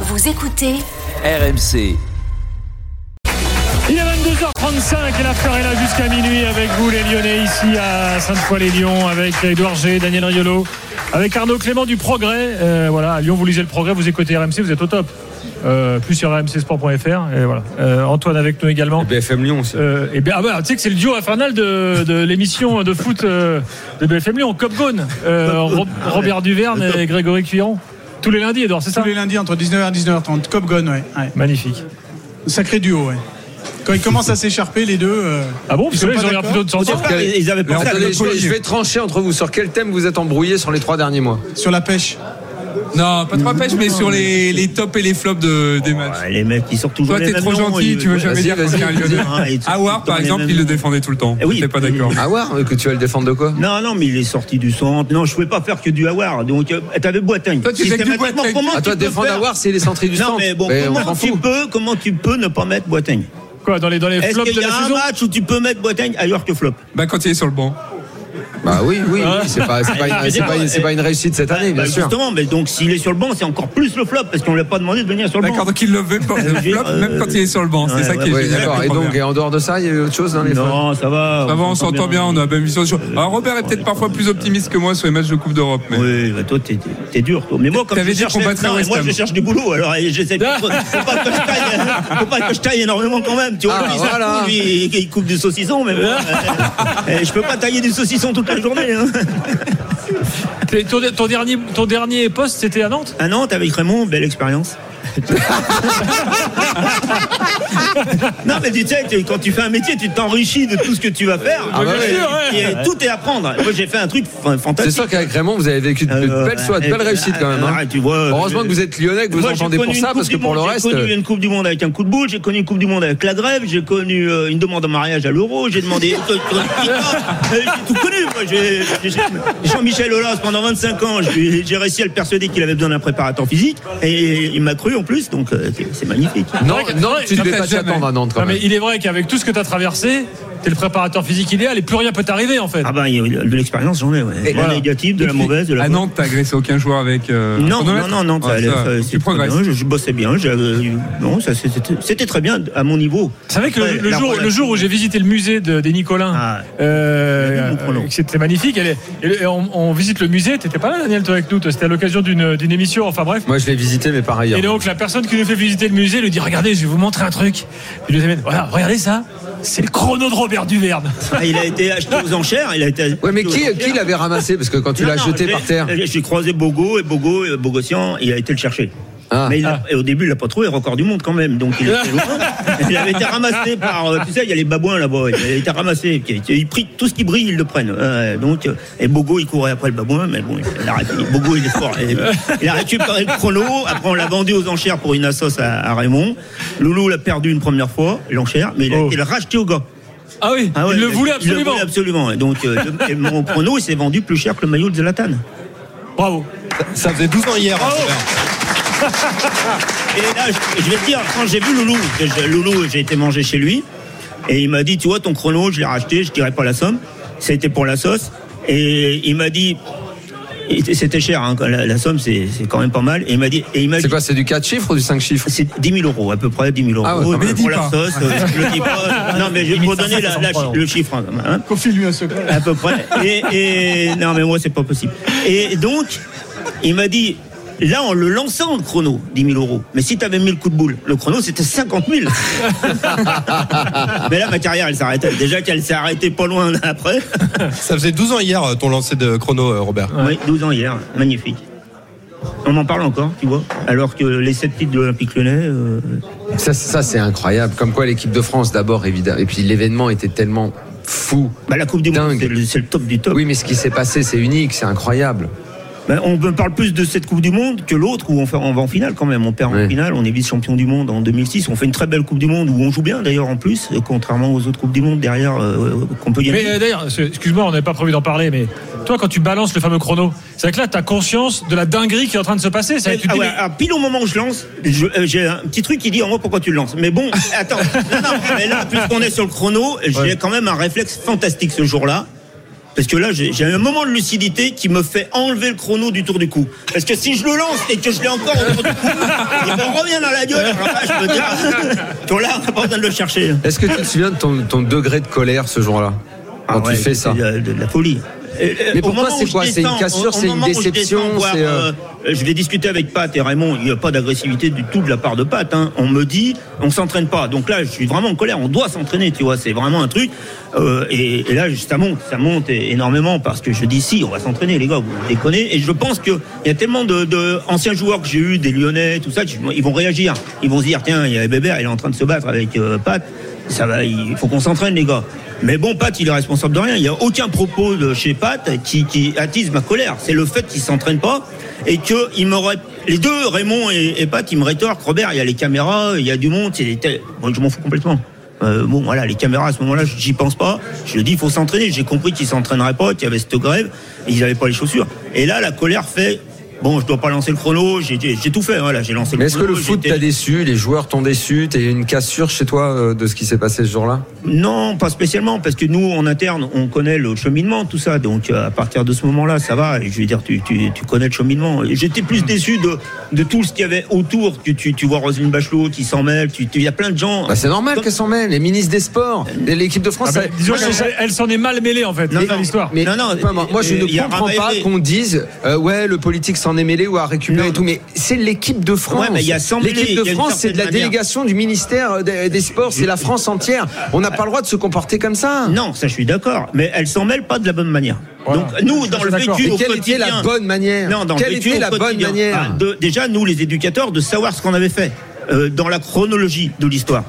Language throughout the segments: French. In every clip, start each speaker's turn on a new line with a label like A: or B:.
A: Vous écoutez
B: RMC.
C: Il est 22h35 et l'after est là jusqu'à minuit avec vous les Lyonnais ici à Sainte-Foy-les-Lyons avec Edouard G, Daniel Riolo, avec Arnaud Clément du Progrès. Euh, voilà, à Lyon vous lisez le Progrès, vous écoutez RMC, vous êtes au top. Euh, plus sur rmcsport.fr et voilà. Euh, Antoine avec nous également.
D: BFM Lyon aussi.
C: Euh, et ben, ah bah, tu sais que c'est le duo infernal de, de l'émission de foot euh, de BFM Lyon, Cop Gone, euh, Ro- Robert Duverne et Grégory Cuiron. Tous les lundis, Edouard, c'est ça
E: Tous les lundis entre 19h et 19h30. Cop Gone, ouais. ouais.
C: Magnifique.
E: Sacré duo, ouais. Quand ils commencent à s'échapper, les deux. euh,
C: Ah bon
E: ils
C: Parce que là,
E: sont pas
C: ils ont l'air
E: d'accord
C: plutôt de
F: Sur
C: sortir.
F: quel- Ils avaient
D: Mais
F: pensé à
D: attendez,
F: l'autre
D: je, vais- je
F: colonie.
D: vais trancher entre vous. Sur quel thème vous êtes embrouillés sur les trois derniers mois
E: Sur la pêche.
G: Non, pas trop pêche, mais sur les, les tops et les flops de, des matchs.
F: Ouais, Les mecs, ils sortent toujours
G: Toi,
F: les
G: t'es
F: mêmes
G: trop
F: noms,
G: gentil,
F: ils-
G: tu veux jamais
D: Vas-y,
G: dire
D: vas-y.
G: qu'il y a un
F: Ah,
G: lyonnais.
F: ils sont
G: Aouar,
F: dans
G: par
F: les
G: exemple,
F: mêmes
G: il le
F: noms.
G: défendait tout le temps.
F: Eh oui.
G: T'es pas d'accord.
D: Ah ouais, que tu vas le défendre de quoi
F: Non, non, mais il est sorti du centre. Non, je pouvais pas faire que du Hawar. Donc, euh, t'avais Boateng.
G: Toi, tu fais que du
F: Systématiquement,
G: Boateng.
F: comment
D: À
F: tu
D: Ah, toi,
F: peux
D: défendre
F: faire-
D: à voir, c'est les centrés du
F: Non,
D: centre.
F: mais bon,
D: Mais on
F: comment,
D: s'en
F: tu
D: fout.
F: peux, comment tu peux ne pas mettre Boateng
C: Quoi, dans les, dans les
F: Est-ce
C: flops
F: qu'il
C: de
F: y
C: la
F: a un
C: saison
F: match où tu peux mettre Boateng ailleurs que flop
G: Bah, quand il est sur le banc.
D: Bah oui, oui,
F: Ah.
D: oui, c'est pas, c'est pas, une- c'est pas une- c'est pas une réussite cette année, bien
F: Bah,
D: sûr.
F: Justement, mais donc s'il est sur le banc, c'est encore plus le flop parce qu'on lui a pas demandé de venir sur le
G: D'accord,
F: banc.
G: donc il le veut pas, le
F: Je veux dire,
G: flop, même
F: euh,
G: quand il est sur le banc.
F: ouais,
G: C'est ça qui est
F: ouais,
D: Oui,
G: génial.
D: d'accord. Et
G: comprends
D: donc,
G: bien.
F: euh,
D: et en dehors de ça, il y a eu autre chose dans les flops
F: Non, ça va.
G: Avant, on s'entend bien, on a la même vision. sur- Alors, Robert est peut-être parfois plus optimiste que moi sur les matchs de Coupe d'Europe. Mais...
F: Oui, bah toi, t'es- t'es dur, toi. Mais moi, comme
G: T'avais
F: je
G: dit
F: cherche,
G: qu'on battrait
F: non,
G: West
F: moi,
G: Ham.
F: je cherche du boulot, alors et j'essaie de. Faut pas que je taille, faut pas que je taille énormément quand même. Tu vois,
D: Ah,
F: lui, ça
D: voilà.
F: coule, lui, il, il coupe du saucisson, mais bon, euh, euh, je peux pas tailler du saucisson toute la journée. Hein.
C: T'es- ton, ton dernier, ton dernier poste, c'était à Nantes
D: Ah
F: À Nantes, avec Raymond, belle expérience. non, mais tu sais, tu- quand tu fais un métier, tu t'enrichis de tout ce que tu vas faire.
D: Ah, bah oui.
F: Et- et tout est à prendre. Moi, j'ai fait un truc fa-
D: C'est
F: fantastique.
D: sûr qu'avec Raymond, vous avez vécu de
F: Euh,
D: belles soies, de
F: euh,
D: belles
F: euh,
D: réussites quand même. hein.
F: arrête, tu vois,
D: Heureusement
F: euh,
D: que vous êtes lyonnais, que vous
F: Moi, j'ai
D: entendez
F: connu
D: pour
F: une
D: ça,
F: Coupe
D: parce que
F: du
D: pour le
F: Monde,
D: reste. euh,
F: J'ai connu une Coupe du Monde avec un coup de boule, j'ai connu une Coupe du Monde avec la grève, j'ai connu euh, une demande en mariage à l'euro, j'ai demandé. j'ai tout connu, moi. J'ai- j'ai- Jean-Michel Aulas, pendant 25 ans, j'ai j'ai réussi à le persuader qu'il avait besoin d'un préparateur physique, et il m'a cru en plus, donc euh, c'est- c'est magnifique.
D: Non,
C: Ouais,
D: non,
C: ouais,
D: tu
C: ça
D: devais
G: fait
D: pas t'y
G: jamais.
D: attendre à Nantes
C: Non,
D: quand
C: mais
D: même.
C: il est vrai qu'avec tout ce que t'as traversé, t'es le préparateur physique idéal et plus rien peut t'arriver en fait.
F: Ah ben, il y a de l'expérience, j'en ai, ouais. De
C: voilà.
F: la négative, de la mauvaise, de la
G: À Ah, Nantes, t'as agressé aucun joueur avec. euh, un
F: Non, non,
G: chronomètre
F: non, non, ça
G: Ouais,
F: allait,
G: ça,
F: ça,
G: Tu
F: c'est très
G: progresses.
F: bien, je, je bossais bien, j'avais- non, ça, c'était c'était très bien à mon niveau.
C: Vous savez que le-
F: Après,
C: le,
F: la
C: jour, le
F: relation-
C: jour où j'ai visité le musée de- des Nicolins,
F: Ah.
C: euh,
F: J'ai vu mon prolo.
C: euh, que c'était magnifique, elle est- et- et on, on visite le musée, t'étais pas là Daniel, toi avec nous, toi, c'était à l'occasion d'une d'une émission, enfin bref.
D: Moi, je l'ai visité, mais par ailleurs.
C: Et donc la personne qui nous fait visiter le musée lui dit regardez je vais vous montrer un truc. Il nous amène voilà regardez ça c'est le chrono de Robert Duverne.
F: Ah, il a été acheté aux enchères. Il a été
D: Ouais, mais
F: acheté aux
D: qui,
F: enchères.
D: qui l'avait ramassé Parce que quand tu
F: Non,
D: l'as
F: non,
D: jeté
F: j'ai-
D: par terre.
F: J'ai croisé Bogo et Bogo, et Bogossian, il a été le chercher.
D: Ah.
F: Mais il l'a- et au début, il l'a pas trouvé, record du monde quand même. Donc il, était loin. il avait été ramassé par. euh, Tu sais, il y a les babouins là-bas. Il avait été ramassé. Il prit tout ce qui brille, ils le prennent. Euh, donc, euh, et Bogo, il courait après le babouin, mais bon, il a récupéré- Bogo, il est fort. Et- il a récupéré le chrono. Après, on l'a vendu aux enchères pour une assoce à, à Raymond. Loulou l'a perdu une première fois, l'enchère, mais il a
C: Oh.
F: été le racheté au gars.
C: Ah oui
F: Ah ouais,
C: il le voulait absolument.
F: absolument. Et donc, euh, le- et mon prono, il s'est vendu plus cher que le maillot de Zlatan.
C: Bravo.
D: Ça faisait 12 ans hier.
F: Et là, je, je vais te dire, quand j'ai vu Loulou, que je- Loulou, j'ai été manger chez lui, et il m'a dit, tu vois, ton chrono, je l'ai racheté, je dirais pas la somme, c'était pour la sauce, et il m'a dit, et c'était cher, hein, la, la somme, c'est c'est quand même pas mal, et il m'a dit, et il m'a
D: C'est
F: dit,
D: quoi C'est du 4 chiffres ou du 5 chiffres
F: C'est 10 000 euros, à peu près 10 000 euros.
D: Ah ouais, quand
F: mais
D: même.
F: pour
G: Mais
F: la
G: dis pas.
F: sauce, euh, je le dis pas. Non, mais je vais vous donner la- la- le chiffre. hein, hein.
E: Confie-lui un secret.
F: à peu près. Et, et- non, mais moi, c'est pas possible. Et donc, il m'a dit. Là, en le lançant, le chrono, 10 000 euros. Mais si t'avais mis le coup de boule, le chrono, c'était 50 000. mais là, ma carrière, elle s'arrêtait. Déjà qu'elle s'est arrêtée pas loin après.
H: Ça faisait 12 ans hier euh, ton lancer de chrono, euh, Robert.
F: Oui, 12 ans hier. Magnifique. On m'en parle encore, tu vois. Alors que les 7 titres de l'Olympique Lyonnais, euh,
D: Ça, ça, c'est incroyable. Comme quoi, l'équipe de France, d'abord, évidemment. Et puis, l'événement était tellement fou.
F: bah, la Coupe du Monde,
D: Dingue.
F: c'est le, c'est le top du top.
D: Oui, mais ce qui s'est passé, c'est unique, c'est incroyable.
F: Ben, on me parle plus de cette Coupe du Monde que l'autre où on, fait- on va en finale quand même. On perd
D: Oui.
F: en finale, on est vice-champion du monde en 2006. On fait une très belle Coupe du Monde où on joue bien d'ailleurs en plus, euh, contrairement aux autres Coupes du Monde derrière euh, qu'on peut
C: Mais
F: gagner.
C: euh, d'ailleurs c'est- excuse-moi on n'avait pas prévu d'en parler mais toi quand tu balances le fameux chrono c'est vrai que là t'as conscience de la dinguerie qui est en train de se passer. Ça, tu te
F: Ah
C: dis,
F: ouais,
C: mais-
F: ah, pile au moment où je lance, je- euh, j'ai un petit truc qui dit en moi pourquoi tu le lances. Mais bon, attends, non, non, mais là, puisqu'on est sur le chrono, j'ai quand même un réflexe fantastique ce jour-là. Parce que là, j'ai j'ai un moment de lucidité qui me fait enlever le chrono du tour du cou. Parce que si je le lance et que je l'ai encore au tour du cou, il me revient dans la gueule. Alors là, je me dis, donc là, on n'a pas besoin de le chercher.
D: Est-ce que tu te souviens de ton, ton degré de colère ce jour-là Quand
F: Ah ouais,
D: tu fais ça
F: C'est de, de la folie. euh,
D: Mais pour toi, c'est quoi C'est une cassure, c'est une déception, c'est, euh,
F: je vais discuter avec Pat et Raymond. Il n'y a pas d'agressivité du tout de la part de Pat. hein. On me dit, on s'entraîne pas. Donc là, je suis vraiment en colère. On doit s'entraîner, tu vois. C'est vraiment un truc. Euh, et, et là, ça monte, ça monte é- énormément parce que je dis si, on va s'entraîner, les gars. Vous déconnez. Et je pense qu'il y a tellement de, de anciens joueurs que j'ai eu, des Lyonnais, tout ça. qui- Ils vont réagir. Ils vont se dire, tiens, il y a Bébert, il est en train de se battre avec euh, Pat. Ça va, il faut qu'on s'entraîne, les gars. Mais bon, Pat, il est responsable de rien. Il n'y a aucun propos de chez Pat qui, qui attise ma colère. C'est le fait qu'il s'entraîne pas et que il me ré- les deux, Raymond et, et Pat, ils me rétorquent. Robert, il y a les caméras, il y a du monde. c'est des télé- Moi, je m'en fous complètement. Euh, bon, voilà, les caméras à ce moment-là, j'y pense pas. Je dis, il faut s'entraîner. J'ai compris qu'ils s'entraîneraient pas, qu'il y avait cette grève, et ils n'avaient pas les chaussures. Et là, la colère fait. Bon, je dois pas lancer le chrono. J'ai j'ai- j'ai tout fait. Voilà, j'ai lancé le
D: Mais est-ce que
F: chrono.
D: le foot
F: j'étais-
D: t'a déçu Les joueurs t'ont déçu T'as eu une cassure chez toi euh, de ce qui s'est passé ce jour-là
F: Non, pas spécialement, parce que nous, en interne, on connaît le cheminement, tout ça. Donc, euh, à partir de ce moment-là, ça va. Je veux dire, tu, tu, tu connais le cheminement. J'étais plus déçu de, de tout ce qu'il y avait autour. Tu, tu, tu vois Roselyne Bachelot qui s'en mêle. tu- tu- Il y a plein de gens.
D: bah, C'est normal
F: Comme-
D: qu'elle s'en mêle. Les ministres des Sports, et l'équipe de France.
F: ben,
C: Ah, mais
D: ça-
C: disons
D: Moi,
C: qu'elle
D: je-
C: s'en- elle s'en est mal mêlée en fait,
F: bah, Non,
C: c'est
F: non.
C: l'histoire.
D: Mais
F: Non, non,
D: peu importe. moi je
F: euh, il y
D: ne
F: a
D: comprends
F: Rabaillé.
D: pas qu'on dise euh, ouais le politique s'en est mêlé ou a récupéré
F: Non,
D: et tout, mais c'est l'équipe de France.
F: Ouais, mais il y a s'en mêler,
D: l'équipe
F: il y
D: de
F: a une
D: France, c'est de la
F: certaine manière.
D: délégation du ministère euh, des, des Sports, c'est la France entière. On n'a pas le droit de se comporter comme ça.
F: Non, ça, je suis d'accord. Mais elle s'en mêle pas de la bonne manière. Donc, nous, dans
C: suis
F: le
C: d'accord.
F: vécu
D: Et
F: au
D: quelle était
F: quotidien.
D: la bonne manière
F: Non, dans le
D: Quelle
F: vécu
D: était
F: au
D: la bonne
F: quotidien.
D: manière
F: Ah, de- Déjà, nous, les éducateurs, de savoir ce qu'on avait fait euh, dans la chronologie de l'histoire.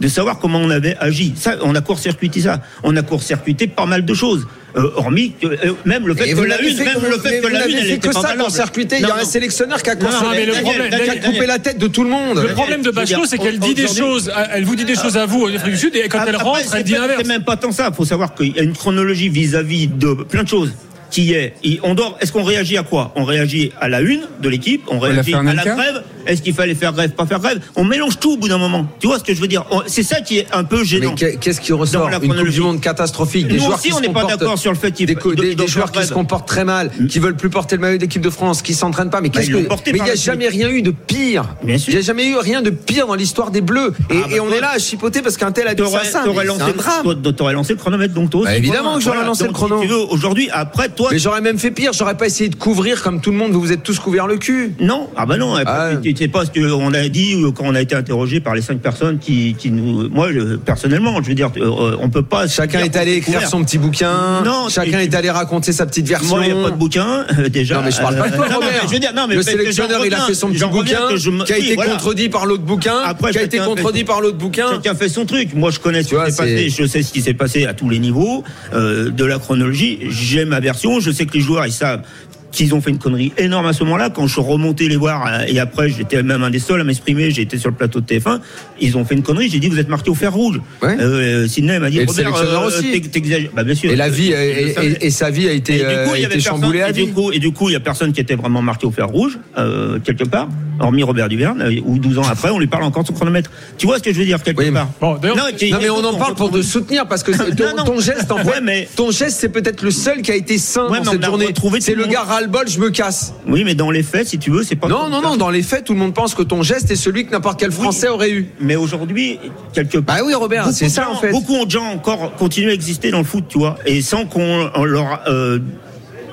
F: De savoir comment on avait agi. Ça, on a court-circuité ça. On a court-circuité pas mal de choses. Euh, hormis que, euh, même le fait
D: Et
F: que
D: vous
F: la
D: l'avez
F: une,
D: fait
F: même
D: que-
F: le
D: mais
F: fait que
D: vous
F: la
D: l'avez
F: une, elle
D: fait
F: était
D: que
F: pas
D: ça
F: valable.
D: pour circuiter. Il y a
F: Non,
D: un
F: non.
D: sélectionneur qui a
F: non,
D: coincé
C: mais le
D: la-
C: problème-
D: qui a
F: Daniel,
D: coupé la tête de tout le monde.
C: Le problème de
F: Je veux dire,
C: Bachelot, c'est qu'elle dit des
F: aujourd'hui- Ah.
C: choses, elle vous dit des choses à vous en Afrique du Sud, et quand elle
F: Après,
C: rentre,
F: c'est
C: elle dit
F: pas-
C: l'inverse.
F: C'est même pas tant ça. Il faut savoir qu'il y a une chronologie vis-à-vis de plein de choses. Qui est, et on dort, est-ce qu'on réagit à quoi On réagit à la une de l'équipe, on
G: la
F: réagit
G: faire
F: à
G: en
F: la
G: Inca
F: grève, est-ce qu'il fallait faire grève, pas faire grève On mélange tout au bout d'un moment. Tu vois ce que je veux dire On- C'est ça qui est un peu
D: Mais
F: gênant.
D: qu'est- qu'est-ce qui ressort
F: Dans la
D: Une Coupe
F: chronologie.
D: du Monde catastrophique. Des
F: Nous
D: joueurs
F: aussi,
D: qui
F: on
D: se
F: n'est pas
D: comportent-
F: d'accord sur le fait qu'ils-
D: Des, co-
F: de-
D: des-
F: de-
D: des
F: de
D: joueurs
F: faire
D: qui se
F: grève.
D: comportent très mal, qui veulent plus porter le maillot d'équipe de France, qui s'entraînent pas. Mais qu'est-ce
F: Bah, ils
D: que
F: l'ont porté
D: Mais il
F: par
D: n'y a
F: la suite.
D: jamais rien eu de pire.
F: Bien sûr.
D: Il n'y a jamais eu rien de pire dans l'histoire des Bleus. Et,
F: Ah, bah,
D: et on
F: toi-
D: est là à chipoter parce qu'un tel a dit ça.
F: T'aurais
D: ça.
F: t'aurais
D: Mais
F: lancé,
D: c'est un drame.
F: toi, t'aurais lancé le chronomètre, donc toi aussi.
D: Bah, évidemment
F: voilà,
D: que j'aurais
F: voilà.
D: lancé
F: Donc,
D: le chrono.
F: si tu veux, Aujourd'hui, après, toi,
D: Mais j'aurais même fait pire. J'aurais pas essayé de couvrir comme tout le monde. Vous vous êtes tous couverts le cul.
F: Non, ah bah non, après,
D: Ah.
F: tu tu sais pas ce qu'on a dit euh, quand on a été interrogé par les cinq personnes qui, qui nous. Moi, je- personnellement, je veux dire, euh, on peut pas. se
D: Chacun
F: dire
D: est allé
F: qu'on s'est
D: écrire
F: couvert.
D: son petit bouquin.
F: Non,
D: Chacun
F: tu-
D: est allé raconter sa petite version.
F: Moi, il n'y a pas de bouquin, euh, déjà.
D: Non mais je parle
F: Euh,
D: pas de toi
F: non, non,
D: Robert.
F: mais je veux dire, non, mais
D: le
F: parce que j'en
D: sélectionneur il a
F: reviens-
D: fait son petit
F: j'en reviens
D: bouquin
F: que je me-
D: qui a
F: oui,
D: été
F: voilà.
D: contredit par l'autre bouquin,
F: Après,
D: qui a été
F: chacun
D: contredit
F: fait-
D: par l'autre bouquin.
F: Chacun fait son truc. Moi, je connais ce
D: Tu
F: qui
D: vois,
F: s'est passé.
D: c'est-
F: Je sais ce qui s'est passé à tous les niveaux euh, de la chronologie. J'ai ma version. Je sais que les joueurs, ils savent qu'ils ont fait une connerie énorme à ce moment-là. Quand je remontais les voir, euh, et après, j'étais même un des seuls à m'exprimer. J'étais sur le plateau de TF1. Ils ont fait une connerie. J'ai dit, vous êtes marqué au fer rouge.
D: Ouais.
F: Euh, Sidney m'a dit,
D: Et le
F: Robert,
D: sélectionneur
F: euh,
D: aussi.
F: t'ex- t'exagères. Bah, bien sûr.
D: Et la vie
F: Je- je
D: et,
F: le savais.
D: et- et sa vie a été,
F: Et du coup,
D: euh, a
F: il y
D: été
F: avait
D: chamboulée à
F: personne, et
D: vie.
F: du coup, et du coup, il y a personne qui était vraiment marqué au fer rouge, euh, quelque part, hormis Robert Duverne, euh, où 12 ans après, on lui parle encore de son chronomètre. Tu vois ce que je veux dire, quelque
D: Oui.
F: part
C: Bon, d'ailleurs-
F: et qui-
D: Non mais on en parle pour te soutenir parce que c'est- ton,
F: Non, non.
D: ton geste en
F: Ouais,
D: fait,
F: mais-
D: ton geste c'est peut-être le seul qui a été sain
F: Ouais, mais
D: dans
F: on
D: cette
F: a
D: journée.
F: retrouvé tout
D: C'est
F: le
D: le
F: monde.
D: gars ras-le-bol, je me casse.
F: Oui, mais dans les faits, si tu veux, c'est pas.
D: Non non non, dans les faits tout le monde pense que ton geste est celui que n'importe quel Français aurait eu.
F: Mais aujourd'hui, quelque part.
D: Bah oui Robert,
F: beaucoup
D: c'est
F: de
D: ça
F: gens-
D: en fait.
F: Beaucoup de gens encore continuent à exister dans le foot, tu vois, et sans qu'on on leur, euh,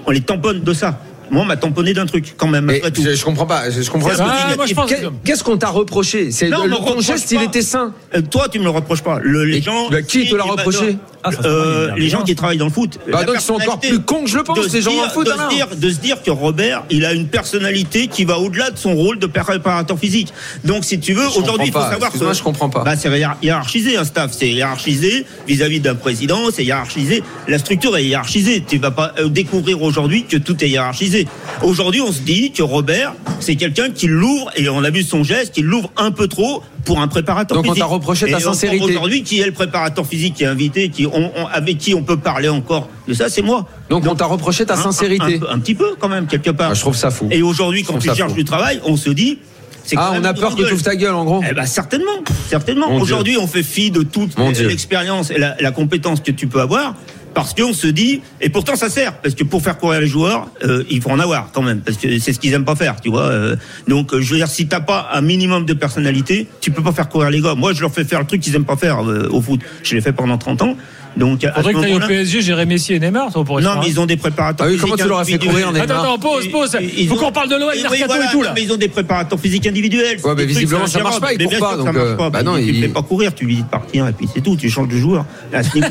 F: on les tamponne de ça. Moi, on m'a tamponné d'un truc quand même.
D: Mais
F: après tout.
D: je, je comprends pas, je, je comprends
F: C'est
D: pas.
C: Ah, moi, je pense que-
D: Qu'est- Qu'est-ce qu'on t'a reproché C'est
F: Non,
D: le-
F: on me
D: ton
F: reproche
D: geste,
F: pas.
D: il était sain.
F: Euh, toi, tu me le reproches pas. Le- les
D: Et
F: gens.
D: bah, qui
F: si,
D: te l'a
F: eh ben,
D: reproché
F: non.
C: Ah, ça, c'est
F: Euh,
C: pas mal,
F: Les gens qui travaillent dans le foot.
D: Bah
F: La
D: donc, ils sont encore
F: personnalité-
D: plus cons que je le pense,
F: de se
D: les gens dans le
F: dire-
D: foot,
F: De
D: alors.
F: se, dire, de se dire que Robert, il a une personnalité qui va au-delà de son rôle de préparateur physique. Donc, si tu veux,
D: Je
F: aujourd'hui, il
D: comprends
F: faut
D: pas.
F: savoir.
D: Excuse-moi,
F: que-
D: je comprends pas.
F: Bah, c'est hiér- hiérarchisé, un staff. C'est hiérarchisé vis-à-vis d'un président, c'est hiérarchisé. La structure est hiérarchisée. Tu vas pas euh, découvrir aujourd'hui que tout est hiérarchisé. Aujourd'hui, on se dit que Robert, c'est quelqu'un qui l'ouvre, et on a vu son geste, qui l'ouvre un peu trop pour un préparateur
D: Donc, on
F: physique.
D: t'a reproché ta
F: Et encore
D: sincérité.
F: Aujourd'hui, qui est le préparateur physique qui est invité, qui on- on- avec qui on peut parler encore de ça, c'est moi.
D: Donc on t'a reproché ta
F: Un- un-
D: sincérité.
F: Hein, Un, un petit peu quand même, quelque part.
D: Ah, je trouve ça fou.
F: Et aujourd'hui, quand
D: trouve
F: tu
D: ça
F: cherches
D: fou.
F: du travail, on se dit. c'est quand
D: Ah, on
F: même
D: a peur que tu
F: grandiose.
D: ouvres ta gueule en gros.
F: Eh ben certainement, certainement.
D: Mon Dieu.
F: Aujourd'hui, on fait fi de toute
D: Mon Dieu.
F: l'expérience et la, la compétence que tu peux avoir. parce qu'on se dit, et pourtant ça sert, parce que pour faire courir les joueurs, euh, il faut en avoir quand même, parce que c'est ce qu'ils aiment pas faire, tu vois. euh. donc euh, je veux dire, si t'as pas un minimum de personnalité, tu peux pas faire courir les gars. Moi, je leur fais faire le truc qu'ils aiment pas faire euh, au foot. Je l'ai fait pendant 30 ans. Donc, à
C: Faudrait
F: ce
C: que t'ailles au
F: moment-là-
C: PSG, gérer Messi et Neymar, toi, pour
F: non, mais ils ont des préparateurs.
D: Ah oui, comment tu leur as fait
F: physiques
D: courir,
F: individuels.
D: Neymar
C: Attends, attends, pause, pause.
F: Ils- ils
C: Faut
F: ont-
C: qu'on parle de l'OL,
F: Oui,
C: Mercato et
F: voilà,
C: tout, là.
F: Mais ils ont des préparateurs physiques individuels.
D: Ouais, mais
F: Des trucs,
D: visiblement,
F: c'est
D: ça marche pas,
F: ingérable.
D: ils
F: Mais bien
D: courent
F: sûr
D: pas,
F: que
D: donc,
F: ça marche
D: euh,
F: pas.
D: bah
F: Tu-
D: non,
F: tu
D: il-
F: ne fais pas courir, tu lui dis de partir et puis c'est tout, tu changes de joueur. À ce niveau,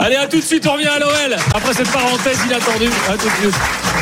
C: Allez, à tout de suite, on revient à l'OL. Après cette parenthèse inattendue, à tout de suite.